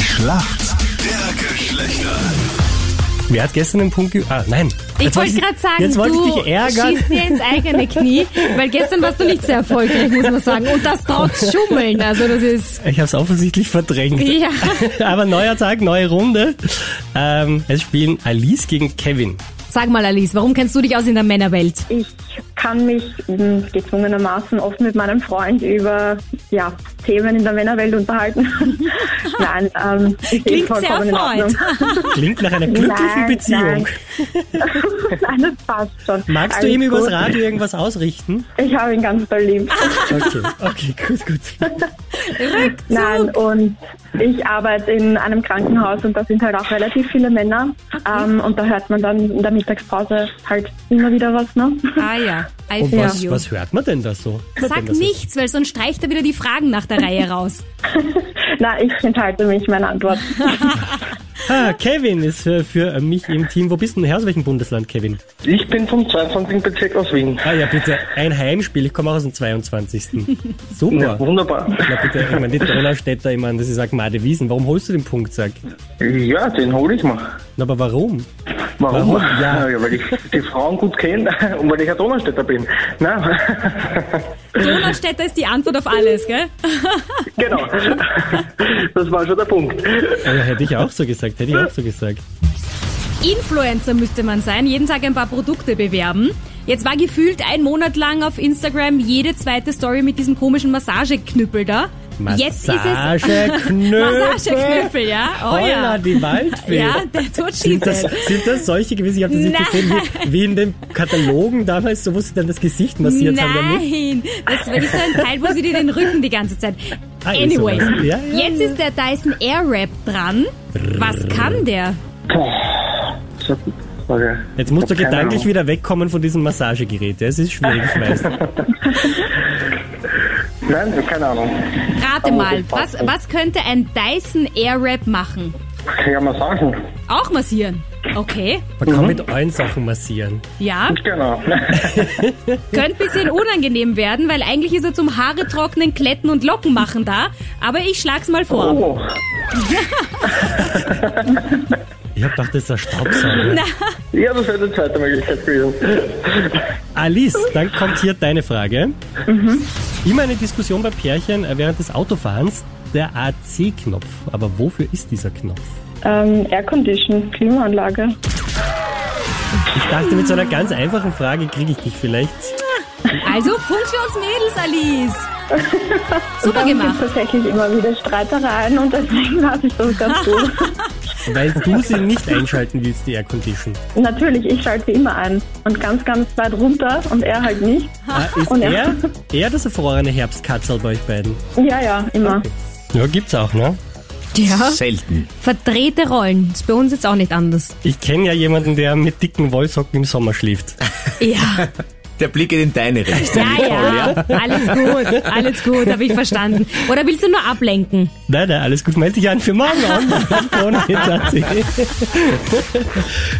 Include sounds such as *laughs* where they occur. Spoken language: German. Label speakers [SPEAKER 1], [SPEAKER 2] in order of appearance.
[SPEAKER 1] Schlacht der Geschlechter.
[SPEAKER 2] Wer hat gestern den Punkt ge Ah, nein.
[SPEAKER 3] Ich
[SPEAKER 2] Jetzt
[SPEAKER 3] wollte
[SPEAKER 2] ich-
[SPEAKER 3] gerade sagen,
[SPEAKER 2] jetzt wollte
[SPEAKER 3] du
[SPEAKER 2] ich dich ärgern.
[SPEAKER 3] schießt dir ins eigene Knie, weil gestern warst du nicht sehr erfolgreich, muss man sagen. Und das trotz Schummeln, also das ist...
[SPEAKER 2] Ich habe es offensichtlich verdrängt.
[SPEAKER 3] Ja.
[SPEAKER 2] *laughs* Aber neuer Tag, neue Runde. Ähm, es spielen Alice gegen Kevin.
[SPEAKER 3] Sag mal, Alice, warum kennst du dich aus in der Männerwelt?
[SPEAKER 4] Ich kann mich mh, gezwungenermaßen oft mit meinem Freund über ja, Themen in der Männerwelt
[SPEAKER 3] *laughs*
[SPEAKER 4] unterhalten. Nein, ähm, ich sehe
[SPEAKER 3] Klingt sehr
[SPEAKER 4] vollkommen in Ordnung. *laughs*
[SPEAKER 2] Klingt nach einer glücklichen
[SPEAKER 4] Nein,
[SPEAKER 2] Beziehung.
[SPEAKER 4] Nein, das passt schon.
[SPEAKER 2] Magst du
[SPEAKER 4] Alles
[SPEAKER 2] ihm übers
[SPEAKER 4] gut.
[SPEAKER 2] Radio irgendwas ausrichten?
[SPEAKER 4] Ich habe ihn ganz doll lieb.
[SPEAKER 2] Okay, okay, gut, gut.
[SPEAKER 4] Nein, und ich arbeite in einem Krankenhaus und da sind halt auch relativ viele Männer. Ähm, und da hört man dann in der Mittagspause halt immer wieder was, ne? *laughs*
[SPEAKER 3] Ah ja, I
[SPEAKER 2] Und
[SPEAKER 3] feel
[SPEAKER 2] Oh, was,
[SPEAKER 3] you.
[SPEAKER 2] was hört man denn da so? Hört man
[SPEAKER 3] Sag
[SPEAKER 2] das so?
[SPEAKER 3] nichts, weil sonst streicht er wieder die Fragen nach der Reihe raus.
[SPEAKER 4] Na, ich enthalte mich meiner Antwort.
[SPEAKER 2] Ah, Kevin ist äh, für mich im Team. Wo bist du denn her? Aus welchem Bundesland, Kevin?
[SPEAKER 5] Ich bin vom 22. Bezirk aus Wien.
[SPEAKER 2] Ah ja, bitte, ein Heimspiel. Ich komme auch aus dem 22.
[SPEAKER 5] Ja,
[SPEAKER 2] Super.
[SPEAKER 5] wunderbar.
[SPEAKER 2] Na bitte, ich meine, die Donaustädter, ich meine, das ist Agmade Wiesen. Warum holst du den Punkt, sag?
[SPEAKER 5] Ja, den hole ich mal.
[SPEAKER 2] Na, aber warum?
[SPEAKER 5] Warum?
[SPEAKER 2] Warum? Ja.
[SPEAKER 5] Ja. weil ich die Frauen gut kenne *laughs* und weil ich ein Donaustädter bin. Nein.
[SPEAKER 3] Donaustädter ist die Antwort auf alles, gell?
[SPEAKER 5] *laughs* genau. Das war schon der Punkt.
[SPEAKER 2] Oh Ja, hätte ich auch so gesagt, hätte ich auch so gesagt.
[SPEAKER 3] Influencer müsste man sein, jeden Tag ein paar Produkte bewerben. Jetzt war gefühlt ein Monat lang auf Instagram jede zweite Story mit diesem komischen Massageknüppel da. Jetzt ist es
[SPEAKER 2] Massageknüppel.
[SPEAKER 3] Massageknüppel, ja? Oh
[SPEAKER 2] Holla,
[SPEAKER 3] ja.
[SPEAKER 2] die Waldfee.
[SPEAKER 3] Ja, der tut
[SPEAKER 2] Sind das,
[SPEAKER 3] schießen.
[SPEAKER 2] sind das solche gewesen? Ich habe das nicht
[SPEAKER 3] Nein.
[SPEAKER 2] gesehen, wie, wie in den Katalogen damals, so wo sie dann das Gesicht massiert haben. Damit.
[SPEAKER 3] Nein, das war so ein Teil, wo sie dir den Rücken die ganze Zeit.
[SPEAKER 2] Ah, eh
[SPEAKER 3] Anyways,
[SPEAKER 2] sowas. Ja, ja,
[SPEAKER 3] jetzt ist der Dyson Airwrap dran. Was kann der?
[SPEAKER 5] Das ist eine gute Frage.
[SPEAKER 2] Jetzt musst du
[SPEAKER 5] Ich hab keine
[SPEAKER 2] gedanklich
[SPEAKER 5] Ahnung.
[SPEAKER 2] wieder wegkommen von diesem Massagegerät. ja. Es ist schwierig, ich weiß.
[SPEAKER 5] Nein, ich hab keine Ahnung.
[SPEAKER 3] Rate
[SPEAKER 5] muss
[SPEAKER 3] mal,
[SPEAKER 5] ich
[SPEAKER 3] was,
[SPEAKER 5] passen.
[SPEAKER 3] was könnte ein Dyson Airwrap machen?
[SPEAKER 5] Ja, Massagen.
[SPEAKER 3] Auch massieren. Okay,
[SPEAKER 2] Man
[SPEAKER 5] Mhm.
[SPEAKER 2] kann mit allen Sachen massieren.
[SPEAKER 3] ja.
[SPEAKER 5] Genau.
[SPEAKER 3] Könnte ein bisschen unangenehm werden, weil eigentlich ist er zum Haare trocknen, Kletten und Locken machen da. Aber ich schlag's mal vor.
[SPEAKER 5] Oh.
[SPEAKER 2] Ich habe gedacht, das ist ein Staubsauger.
[SPEAKER 5] Ja, das wäre die zweite Möglichkeit gewesen.
[SPEAKER 2] Alice, dann kommt hier deine Frage. Immer eine Diskussion bei Pärchen äh, während des Autofahrens. Der AC-Knopf. Aber wofür ist dieser Knopf?
[SPEAKER 4] Ähm, Aircondition, Klimaanlage.
[SPEAKER 2] Ich dachte, mit so einer ganz einfachen Frage kriege ich dich vielleicht.
[SPEAKER 3] Also, Punkt für uns Mädels, Alice. Super
[SPEAKER 4] Es
[SPEAKER 3] gemacht.
[SPEAKER 4] gibt tatsächlich immer wieder Streitereien und deswegen *laughs* lasse ich das ganz gut.
[SPEAKER 2] Weil du sie nicht einschalten willst, die Air Condition.
[SPEAKER 4] Natürlich, ich schalte sie immer ein und ganz, ganz weit runter und er halt nicht.
[SPEAKER 2] Ah, ist
[SPEAKER 4] Und
[SPEAKER 2] er
[SPEAKER 4] er-
[SPEAKER 2] eher das erfrorene Herbstkatzel bei euch beiden?
[SPEAKER 4] Ja, ja, immer.
[SPEAKER 2] Ja, gibt's auch, ne?
[SPEAKER 3] Ja.
[SPEAKER 1] Selten.
[SPEAKER 3] Verdrehte Rollen. Ist bei uns jetzt auch nicht anders.
[SPEAKER 2] Ich kenne ja jemanden, der mit dicken Wollsocken im Sommer schläft.
[SPEAKER 3] Ja.
[SPEAKER 1] Der Blick geht in deine Richtung.
[SPEAKER 3] Ja, ja. Alles gut. Alles gut. Habe ich verstanden. Oder willst du nur ablenken?
[SPEAKER 2] *laughs* Nein, nein, alles gut. Meld dich an für morgen. online auf Krone-Hit.at.